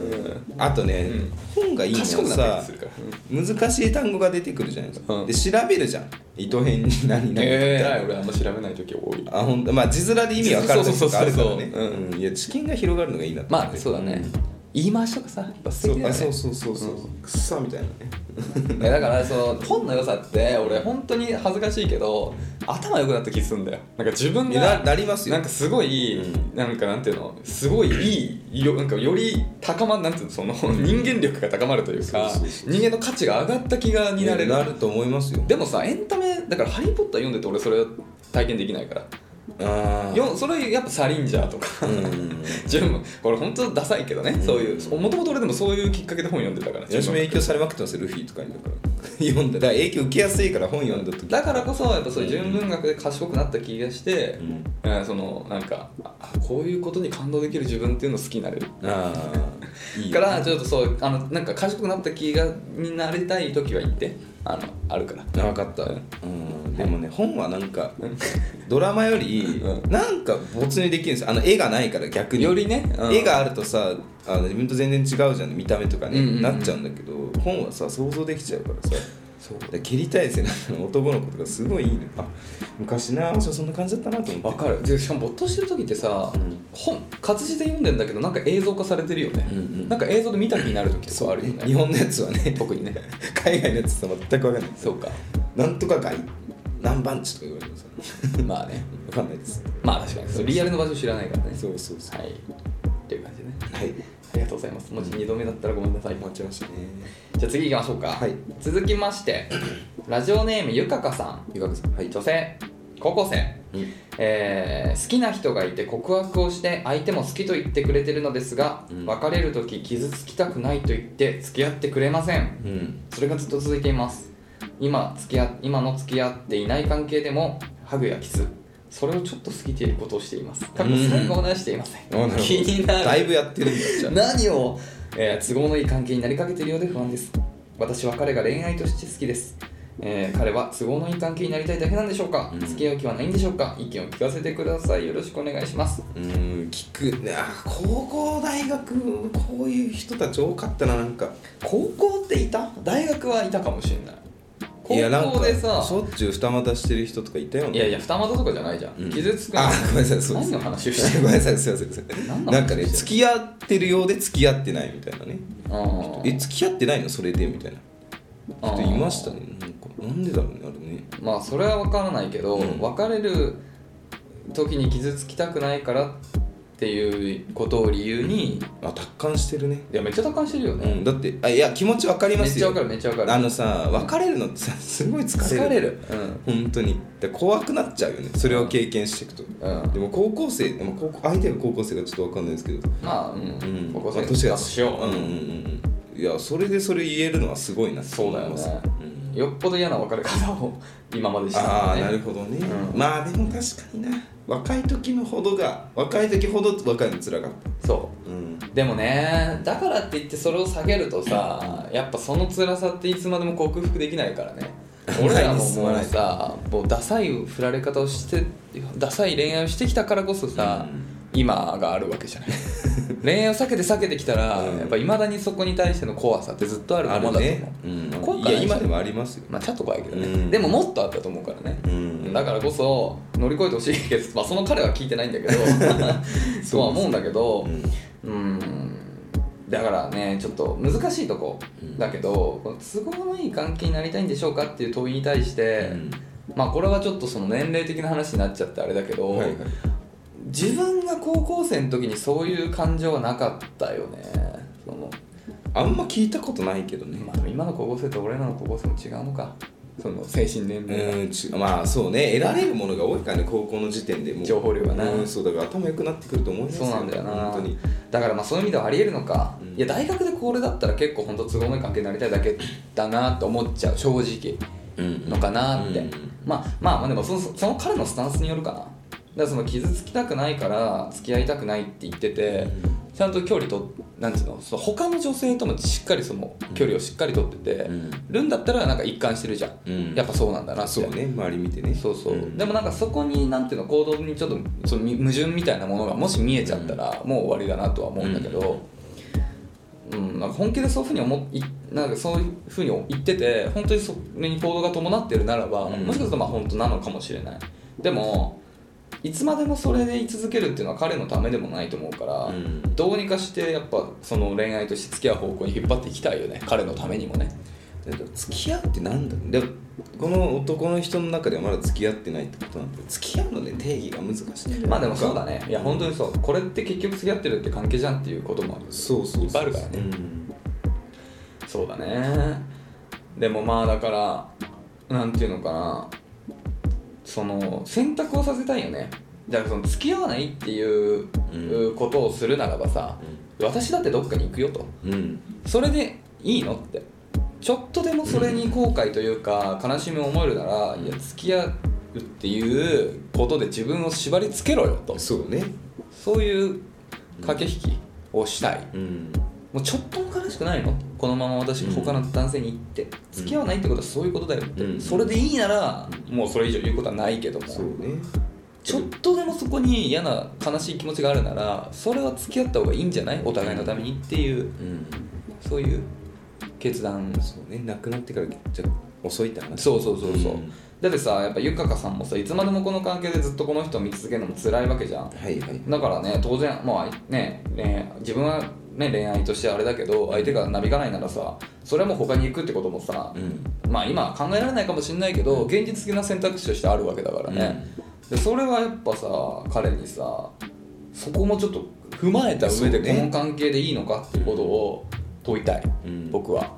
あとね、うん本がいいのは賢くなったりさするから、難しい単語が出てくるじゃないですか、うんで調べるじゃん糸編に何々って、えらい俺あんま調べない時多いあほんとまあ字面で意味わかる時とかあるからねそうそうそうそううんうんいや知見が広がるのがいいなと思ってまあそうだね、言い回しとかさやっぱ素そ敵うだあよそうねそうそうそう、くっさみたいなねいやだからその本の良さって俺本当に恥ずかしいけど頭良くなった気するんだよなんか自分いやがななりますよなんかすごい、うなんかなんていうのすごいいいよなんかより高まなんていうのその人間力が高まるというかそうそうそう人間の価値が上がった気がになれるなると思いますよでもさエンタメだから「ハリー・ポッター」読んでて俺それ体験できないからああよそれやっぱサリンジャーとか、うんジュンこれ本当ダサいけどね、そういうもともと俺でもそういうきっかけで本読んでたから八島影響されまくってますよルフィとかにだから 読んだだから影響受けやすいから本読んだ時だからこそやっぱそういう純文学で賢くなった気がしてう、んうんそのなんかあこういうことに感動できる自分っていうの好きになれるああいいかよらちょっとそうあのなんか賢くなった気がになりたい時は言ってあのあるから分かった、うん、でもね本はなんかドラマよりうなんか没入できるんですよあの絵がないから逆によりね、うん絵があるとさあの自分と全然違うじゃん見た目とかね、うんうんうんなっちゃうんだけど本はさ想像できちゃうからさそうだから蹴りたい背中の男の子とかすごいいいのあ昔な私はそんな感じだったなと思わってかるでしかも没頭してる時ってさ、うん本活字で読んでんだけどなんか映像化されてるよね、うんうんなんか映像で見た気になる時とかあるよね日本のやつはね特にね海外のやつと全く分かんないそうかなんとか街何番地とか言われてもさまあね分かんないですまあ確かにそうリアルの場所知らないからねそうそうそうはいっていう感じでねはいありがとうございますもし2度目だったらごめんなさい待ちましたねじゃあ次行きましょうか、はい続きましてラジオネームゆかかさんゆかこさんはい女性高校生うんえー好きな人がいて告白をして相手も好きと言ってくれてるのですが、うん別れる時傷つきたくないと言って付き合ってくれませんうんそれがずっと続いています今付き合今の付き合っていない関係でもハグやキスそれをちょっと過ぎていることをしています過去うん最後までしていませんあなるほど気になるだいぶやってるんだじゃあ何を、えー都合のいい関係になりかけているようで不安です私は彼が恋愛として好きです、えー彼は都合のいい関係になりたいだけなんでしょうか、うん付き合う気はないんでしょうか意見を聞かせてくださいよろしくお願いしますうーん聞くあ高校大学こういう人たち多かったななんか高校っていた大学はいたかもしれいやなないん高校かでさしょっちゅう二股してる人とかいたよねいやいや二股とかじゃないじゃん、うん傷つくのあごめんなさいそうです何の話をしてるごめんなさいすいませんすいませ何んの話なんかねしてる付き合ってるようで付き合ってないみたいなねのえ付き合ってないのそれでみたいなあ人ーいましたねなんかなんでだろうねあれねまあそれは分からないけど、うん別れる時に傷つきたくないからっていうことを理由に、あ達観してるねいやめっちゃ多感してるようね、んだってあいや気持ちわかりまめっすちゃよ分かるめっちゃ分かるあのさ別れるのってさすごい疲れる疲れるうん本当にで怖くなっちゃうよねそれを経験していくと、うんでも高校生でも高校相手が高校生がちょっとわかんないですけど、まあうん、うん、高校生あ年がしよう、うんうんうんうんいやそれでそれ言えるのはすごいなそうだよと思ねいますうんよっぽど嫌な別れ方を 今までしたあかあらなるねほどね、うんまあでも確かにな若い時のほどが若い時ほど若いのつらかっそうたうんでもねだからって言ってそれを下げるとさやっぱその辛さっていつまでも克服できないから ね俺らももうさもうダサい振られ方をしてダサい恋愛をしてきたからこそさ、今があるわけじゃない 恋愛を避けて避けてきたら、うんやっぱいまだにそこに対しての怖さってずっとあるもあのだると思う、ね、うん、怖くいないや今でもありますよ、まあちょっと怖いけどね、うんでももっとあったと思うからね、うんだからこそ乗り越えてほしいけど、まあ、その彼は聞いてないん だけどとは思うんだけど、うんうんだからねちょっと難しいとこうんだけど、この都合のいい関係になりたいんでしょうかっていう問いに対して、うんまあこれはちょっとその年齢的な話になっちゃってあれだけど、はいはい自分が高校生の時にそういう感情はなかったよねその、あんま聞いたことないけどね、まあ、今の高校生と俺らの高校生も違うのかその精神年う齢がんちまあそうね得られるものが多いからね高校の時点でもう情報量がなうんそうだから頭良くなってくると思いますそうなんだよな本当にだからまあそういう意味ではありえるのか、うんいや大学でこれだったら結構本当都合のいい関係になりたいだけだなと思っちゃう正直うんのかなって、うんまあまあまあでもそのその彼のスタンスによるかなだからその傷つきたくないから付き合いたくないって言ってて、うんちゃんと距離となんつうのその他の女性ともしっかりその距離をしっかりとってて、うんるんだったらなんか一貫してるじゃん、うんやっぱそうなんだなってそうね周り見てねそうそう、んでもなんかそこになんていうの行動にちょっとそのみ矛盾みたいなものがもし見えちゃったらもう終わりだなとは思うんだけど、うんなんか本気でそういうふうに思っいなんかそういうふうに言ってて本当にそれに行動が伴ってるならば、うんもしかするとまあ本当なのかもしれないでもいつまでもそれで居続けるっていうのは彼のためでもないと思うから、うんどうにかしてやっぱその恋愛として付き合う方向に引っ張っていきたいよね彼のためにもねだから付き合うってなんだろうでもこの男の人の中ではまだ付き合ってないってことなんだけど付き合うのね定義が難しいんだよねまあでもそうだねいや本当にそうこれって結局付き合ってるって関係じゃんっていうこともあるそうそうそういっぱいあるからねうんそうだねでもまあだからなんていうのかなその選択をさせたいよねだからその付き合わないっていううことをするならばさ、私だってどっかに行くよとうんそれでいいのってちょっとでもそれに後悔というか悲しみを思えるなら、いや付き合うっていうことで自分を縛りつけろよとそうねそういう駆け引きをしたい、うんもうちょっとも悲しくないのこのまま私が他の男性に行って、付き合わないってことはそういうことだよって、うんそれでいいなら、もうそれ以上言うことはないけどもそうねちょっとでもそこに嫌な悲しい気持ちがあるならそれは付き合った方がいいんじゃないお互いのためにっていううんそういう決断そうね亡くなってからじゃ遅いって話そうそうそうそう、うんだってさやっぱゆかかさんもさいつまでもこの関係でずっとこの人を見続けるのも辛いわけじゃんはいはいだからね当然まあねね自分は、ね、恋愛としてあれだけど相手がなびかないならさそれはもう他に行くってこともさ、うんまあ今考えられないかもしれないけど現実的な選択肢としてあるわけだからね、でそれはやっぱさ彼にさそこもちょっと踏まえた上でそうねこの関係でいいのかっていうことを問いたい、うん僕は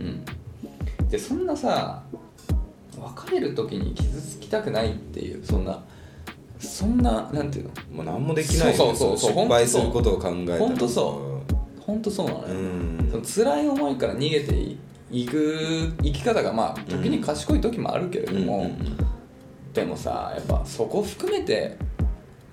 うんでそんなさ別れる時に傷つきたくないっていうそんなそんななんていうのもう何もできないよねそうそうそうの失敗することを考えたらほんとそ本当そうなのよ、うんその辛い思いから逃げていいく生き方がまあ時に賢い時もあるけれども、うんうんうんでもさやっぱそこを含めて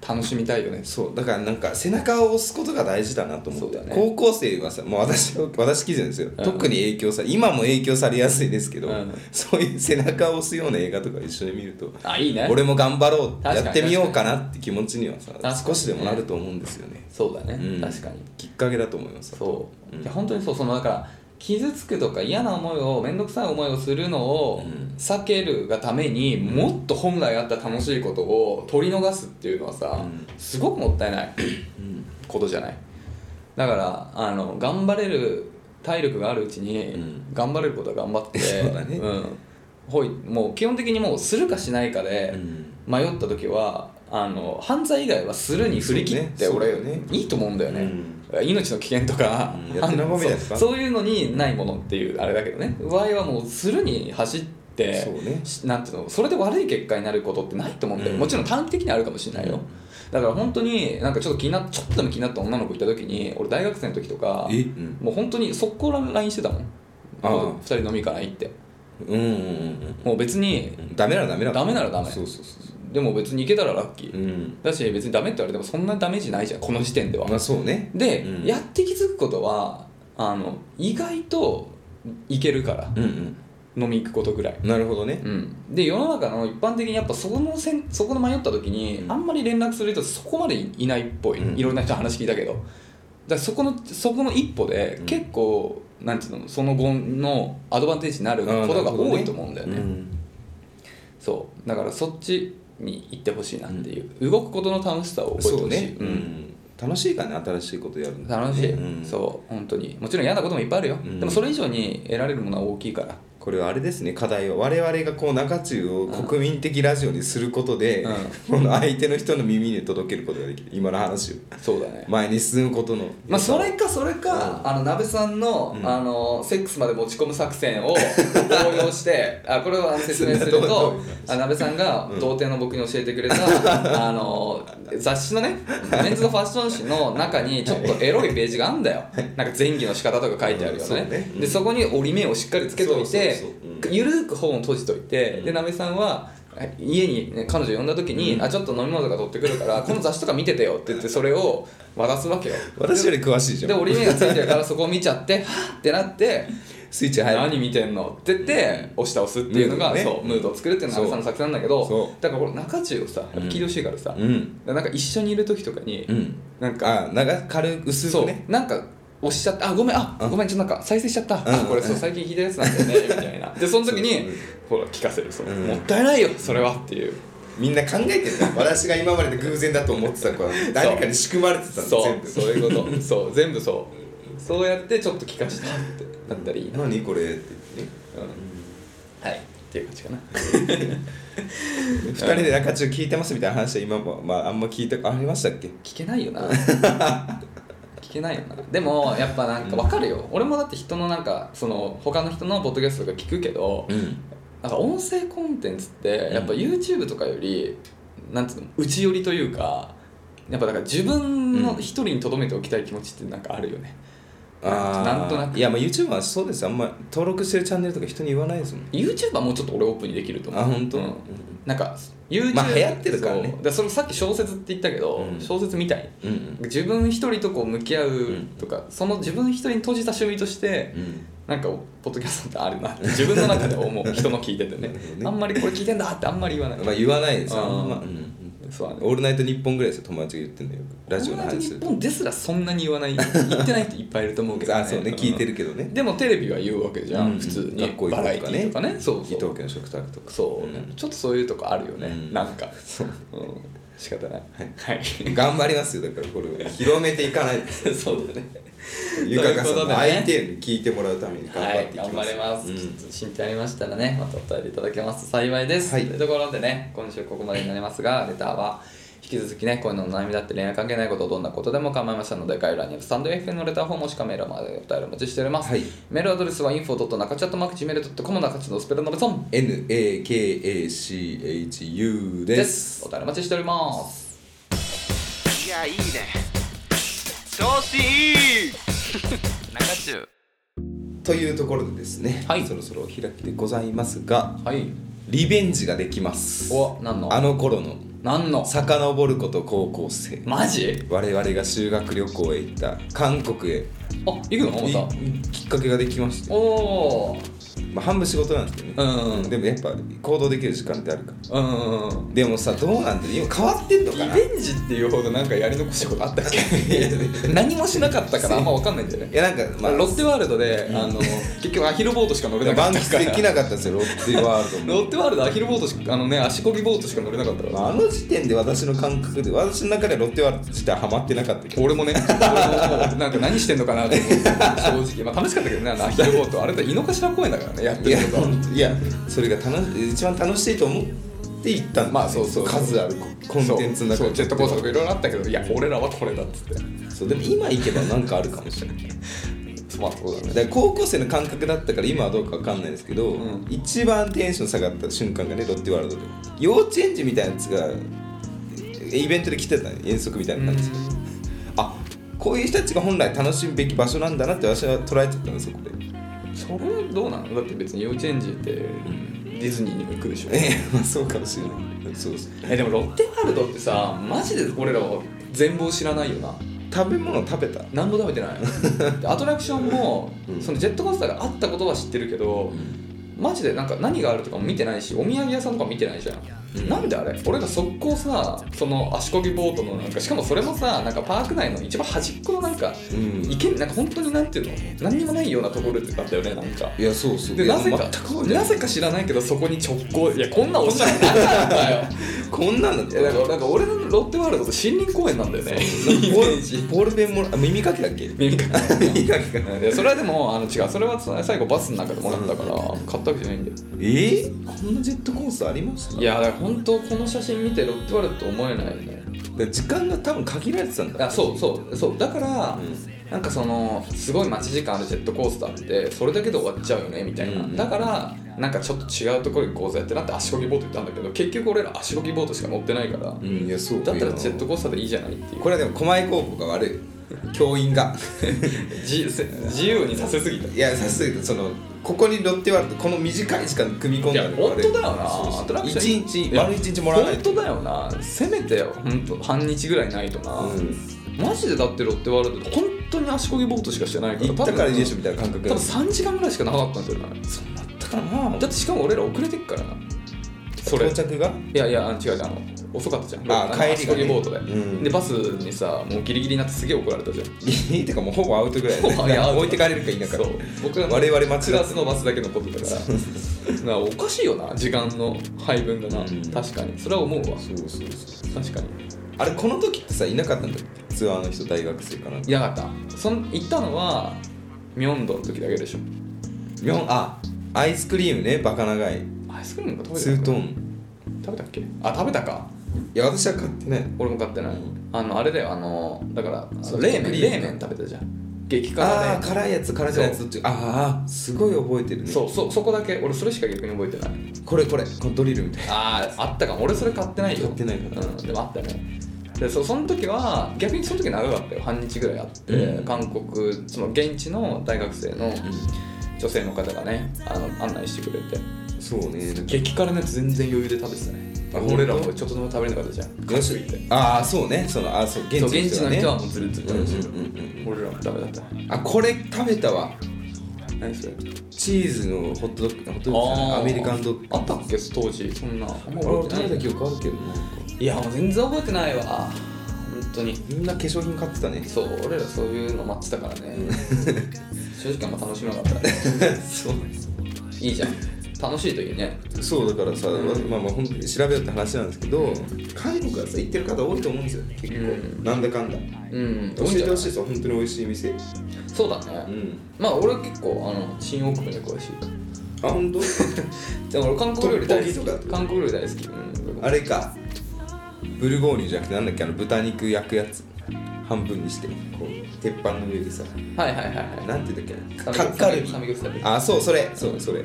楽しみたいよねそうだからなんか背中を押すことが大事だなと思って、そうだね高校生はさもう私私基準ですよ、うん特に影響さ今も影響されやすいですけど、うんそういう背中を押すような映画とか一緒に見るとあいいね俺も頑張ろ確うかにやってみようかなって気持ちにはさ確かに少しでもなると思うんですよね、そうだね、うん確かにきっかけだと思いますそう、うんいや本当にそうそのだから傷つくとか嫌な思いを面倒くさい思いをするのをうん避けるがためにもっと本来あった楽しいことを取り逃すっていうのはさ、うんすごくもったいないうんことじゃないだからあの頑張れる体力があるうちに、うん頑張れることは頑張ってそうだねんほいもう基本的にもうするかしないかで、うん迷った時はあの犯罪以外はするに振り切ってそうね俺、そうだよねいいと思うんだよね、命の危険とか、うんやってなんぼみたいですかあのそうそういうのにないものっていうあれだけどね場合はもうするに走ってそうねしなんていうのそれで悪い結果になることってないと思うんだよ、うんもちろん短期的にはあるかもしれないよ、うんだから本当になんかちょっと気になちょっとでも気になった女の子いた時に俺大学生の時とかえうんもう本当に速攻 LINE してたもんああ2人飲み行かないってうんうんうんもう別にうんダメならダメならダメならダメそうそうそうそでも別に行けたらラッキー、ううんだし別にダメって言われてもそんなダメージないじゃんこの時点では、まあそうねで、うんやって気づくことはあの意外といけるから、うん飲み行くことぐらい、うんなるほどねうん、で世の中の一般的にやっぱそこのせんそこの迷った時に、うんあんまり連絡する人そこまでいないっぽい、うんいろんな人の話聞いたけどだからそこのそこの一歩でうん結構、なんていうのその後のアドバンテージになるあーことがなるほどね多いと思うんだよねうんそうだからそっちに行ってほしいなっていう、動くことの楽しさを覚えてほそしういね、ううんん、楽しいからね新しいことやるの楽しい、うんそう本当にもちろん嫌なこともいっぱいあるよ、うんでもそれ以上に得られるものは大きいからこれはあれですね課題は我々がこう中中を国民的ラジオにすることで、 この相手の人の耳に届けることができる今の話を そうだね前に進むことのまあ、それかそれか、あの鍋さんの,、うんあのセックスまで持ち込む作戦 を応用してあこれは説明するどうどうというあ鍋さんが童貞の僕に教えてくれた、 あの雑誌のねメンズのファッション誌の中にちょっとエロいページがあるんだよ、なんか前戯の仕方とか書いてあるよね,、うんそうねうんでそこに折り目をしっかりつけといてそうそうそううんゆるく本を閉じといて、うんでなべさんは家に、ね、彼女呼んだ時に、あちょっと飲み物とか取ってくるからこの雑誌とか見ててよって言ってそれを渡すわけよ私より詳しいじゃでん折り目がついてるからそこを見ちゃって はっってなってスイッチ入る何見てんのって言って押し倒すっていうのがムードねそうムードを作るっていうのがそ安うさんの作戦なんだけどそだからこれ中中をさやっぱ聞いてほしいからさうんなんか一緒にいる時とかにうんなんかあ長軽く薄そくうねなんか押しちゃったあごめんあうんごめんちょっとなんか再生しちゃったうあんこれそううん最近聞いたやつなんだよねみたいなでその時 にほら聞かせるそううんもったいないよそれはっていうみんな考えてるの私が今までで偶然だと思ってた子は誰かに仕組まれてたのそ全う部そういうこと そう全部そうそうやってちょっと聞かしたってなったらいいな何これって言ってねはいっていう感じかな2人で中中聞いてますみたいな話は今も、まあ、あんま聞いたありましたっけ聞けない よな聞けないよなでもやっぱなんかわかるよ、俺もだって人のなんかその他の人のポッドキャストとか聞くけど、んなんか音声コンテンツってやっぱ YouTube とかより、なんつうの内寄りというかやっぱだから自分の一人にとどめておきたい気持ちってなんかあるよね、あーなんとなくいやまあ YouTube はそうですあんま登録してるチャンネルとか人に言わないですもん YouTube はもうちょっと俺オープンにできると思うあ本当うんうんなんか YouTube まあ流行ってるからねそうだそれさっき小説って言ったけど、うん小説みたいうん自分一人とこう向き合うとか、その自分一人に閉じた趣味として、うんなんかポッドキャストってあるなって自分の中で思う人の聞いててねなるほどねあんまりこれ聞いてんだってあんまり言わない、まあ言わないですあーあんま、うんそうだねオールナイトニッポンぐらいですよ友達が言ってんだよラジオの話する日本ですらそんなに言わない言ってない人いっぱいいると思うけど、 あそうね聞いてるけどうんねでもテレビは言うわけじゃん、うん普通に学校行バくラエテとかィねーとかねそう伊そう東家の食卓とかそう、んちょっとそういうとこあるよね、うんなん かそう、ん、仕方ないはい、 頑張りますよだからこれを広めていかないですそうだねゆかかさといんうことのでね相手に聞いてもらうために頑は張っい、ていきます、頑張ります、うんちょっと進展ありましたらねまたお便りいただけますと幸いです、はいというところでね今週ここまでになりますがレターは引き続きね恋のお悩みだって恋愛関係ないことどんなことでも構いませんので概要欄にあるスタンド FM のレターフォームもしかメールまでお便りお待ちしております、はいメールアドレスは info.nakacha.macgmail.com 中地のスペルのべソン NAKACHU でですすお便りお待ちしておりますいやいいね調子い い中中というところでですね、はいそろそろお開きでございますがはいリベンジができますお何のあの頃の何の遡ること高校生マジ我々が修学旅行へ行った韓国へあ行くのまたいきっかけができまして、おおーまあ、半分仕事なんですけどうね、んうんでもやっぱ行動できる時間ってあるからうんうんうんでもさどうなんて今変わってんのかリないベンジっていうほどなんかやり残したことあったっけ何もしなかったからあんま分かんないんじゃないやなんか、ままあ、あ、ロッテワールドで、あの結局アヒルボートしか乗れなか満ったか喫でらきなかったんですよロッテワールドロもッテワールドアヒルボートしかあのね足こぎボートしか乗れなかったからまああの時点で私の感覚で私の中ではロッテワールド自体ハマってなかったけど俺もね、俺ももうなんか何してんのかなと思って、正直、まあ、楽しかったけどね、あのアヒルボート、あれだって井の頭公園だからね、やっているやことは。本当いやそれが楽し一番楽しいと思って行ったんですよねまあそうそう数あるコンテンツのそう中そうジェットコースターとかいろいろあったけど、いや、俺らはこれだっつって、そうでも今行けばなんかあるかもしれないまあそうだね。だから高校生の感覚だったから今はどうかわかんないですけど、ん一番テンション下がった瞬間がねロッテワールドで幼稚園児みたいなやつがえイベントで来てた遠足みたいな感じであこういう人たちが本来楽しむべき場所なんだなって私は捉えちゃったのそこでそれどうなのだって別に幼稚園児ってディズニーにも行くでしょ。ええまあそうかもしれないそうそうえでもロッテワールドってさマジで俺らは全貌知らないよな食べ物食べた何も食べて ないでアトラクションも、うんそのジェットコースターがあったことは知ってるけど、マジでなんか何があるとかも見てないしお土産屋さんとかも見てないじゃん、うんなんであれ俺が速攻さその足こぎボートのなんかしかもそれもさなんかパーク内の一番端っこのなんか、うん池なんか本当になんていうの何にもないようなところだったよねなんかいやそうそうでいやなぜか全く覚えてないなぜか知らないけどそこに直行いやこんなおしゃれなかったよこんなんだっいたやだからなんか俺のロッテワールドって森林公園なんだよねイボメーージルボールペンもらあ耳かき だっけ耳かき耳かきかいやそれはでもあの違うそれは最後バスの中でもらったから買ったわけじゃないんだよえー、こんなジェットコースターありましたいやだから本当この写真見てロッテワールドと思えないねだから時間が多分限られてたんだあそうそうそうだから、うんなんかそのすごい待ち時間あるジェットコースターってそれだけで終わっちゃうよねみたいな、うんうんだからなんかちょっと違うところに行こうぜってなって足こぎボート行ったんだけど結局俺ら足こぎボートしか乗ってないから、うんいやそうだったらジェットコーコースターでいいじゃないっていうこれはでも狛江高校が悪い教員が 自自由にさせすぎたいやさすがにそのここにロッテワールドこの短い時間組み込んいだやのが本悪い当だよなそうそうアトラクション一日いや丸一日もらわない本当だよなせめて本当半日ぐらいないとな、うんマジでだってロッテワールド本当に足こぎボートしかしてないから行ったからいいでしょみたいな感多覚分3時間ぐらいしかなかったんじゃないそうなったかなだってしかも俺ら遅れてっからなそれ到着がいやいやあの違う違うあの遅かったじゃんあの帰りがね足こぎボートで、うんでバスにさもうギリギリになってすげえ怒られたじゃんいいてかもうほぼアウトぐらい ほぼいや置いてかれるか否かそう僕らの我々間違っクラスのバスだけ残ってたからなおかしいよな時間の配分がな、うん確かにそれは思うわそうそうそう確かにあれこの時ってさいなかったんだっけツアーの人大学生かないなかったそん行ったのはミョンドの時だけでしょみょんあアイスクリームねバカ長いアイスクリームが食べたツートーン食べたっけあ食べたかいや私は買ってない俺も買ってない、うんあのあれだよあのだからあのそう冷麺クリーム冷麺食べたじゃん激辛ああで、辛いやつ辛じゃないやつどっちああすごい覚えてるねそうそうそこだけ俺それしか逆に覚えてないこれこれこのドリルみたいなあああったかも俺それ買ってないよ買ってないかなうん、でもあったねでそその時は逆にその時長かったよ半日ぐらいあって、うん韓国その現地の大学生の女性の方がねあの案内してくれてそうねなんか激辛のやつ全然余裕で食べてたねあ俺らも本ちょ当っとでも食べれなかったじゃんよしああそうねそのあーそう現そう地現地のの人人ははねもうずるずる食べてる、うんうんうん俺らもダメだったあこれ食べたわ何それチーズのホットドッグホットドッグじゃなあーいアメリカンドッグあったっけ当時そんなあんまあ覚俺えて食なべたい記憶あるけどななんかいやもう全然覚えてないわ本当にみんな化粧品買ってたねそう俺らそういうの待ってたからね 正直あんま楽しめなかったね そういいじゃん楽しいといいねそうだからさ、まあまあ本当に調べようって話なんですけど韓国はさ行ってる方多いと思うんですよ結構、うんなんだかんだうん教えてほしいいですよ本当に美味しい店そうだうね、んまあ俺は結構あの新大久保に詳しいあ本当 でも俺韓国料理大ト好ッポギとかっきて韓国料理大好き、うん、あれかブルゴーニュじゃなくてなんだっけあの豚肉焼くやつ半分にしてこう鉄板の上でさはいはいはいはいなんていうんだっけサなムカギョプサッカルビサムギョプサルあそうそれそうそれ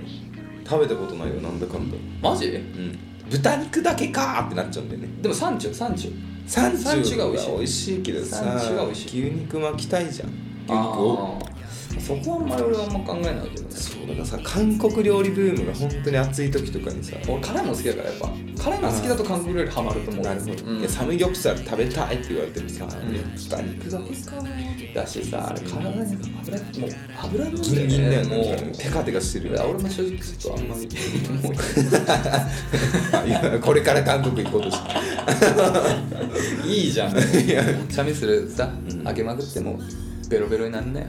食べたことないよなんだかんだマジうん豚肉だけかーってなっちゃうんだよねでもサンチュサンチュサンサンチチュュがが美美味しい味しいけどさサンチュが美味しい牛肉巻きたいじゃん牛肉をあーそこはあんまり俺はあんま考えないけどねそうだからさ韓国料理ブームが本当に暑い時とかにさ俺辛いの好きだからやっぱ辛いの好きだと韓国料理ハマると思うなるほど、うんいやサムギョプサル食べたいって言われてもさ、んいや豚肉だけかだしさあれ体に油もう油なんギンギンだよもねうテカテカしてる俺よも正直ちょっとあんまりもういや これから韓国行こうとして いいじゃんもうチャミスルさん開けまくってもうベロベロになんね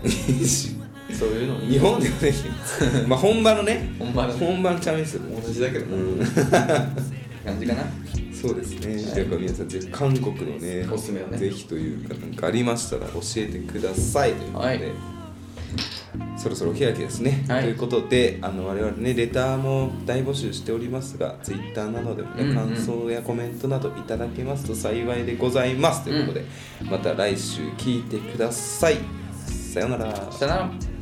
そういうの日本ではねまあ本場のね本場の本場のチャミスル同じだけどうも ん感じかなそうですね、はいというか皆さんぜひ韓国のねおすすめをねぜひというかなんかありましたら教えてくださいということで、はいそろそろお開きですね、はいということであの我々ねレターも大募集しておりますが Twitter などでもね、うんうん感想やコメントなどいただけますと幸いでございますということで、また来週聞いてくださいさようならさよなら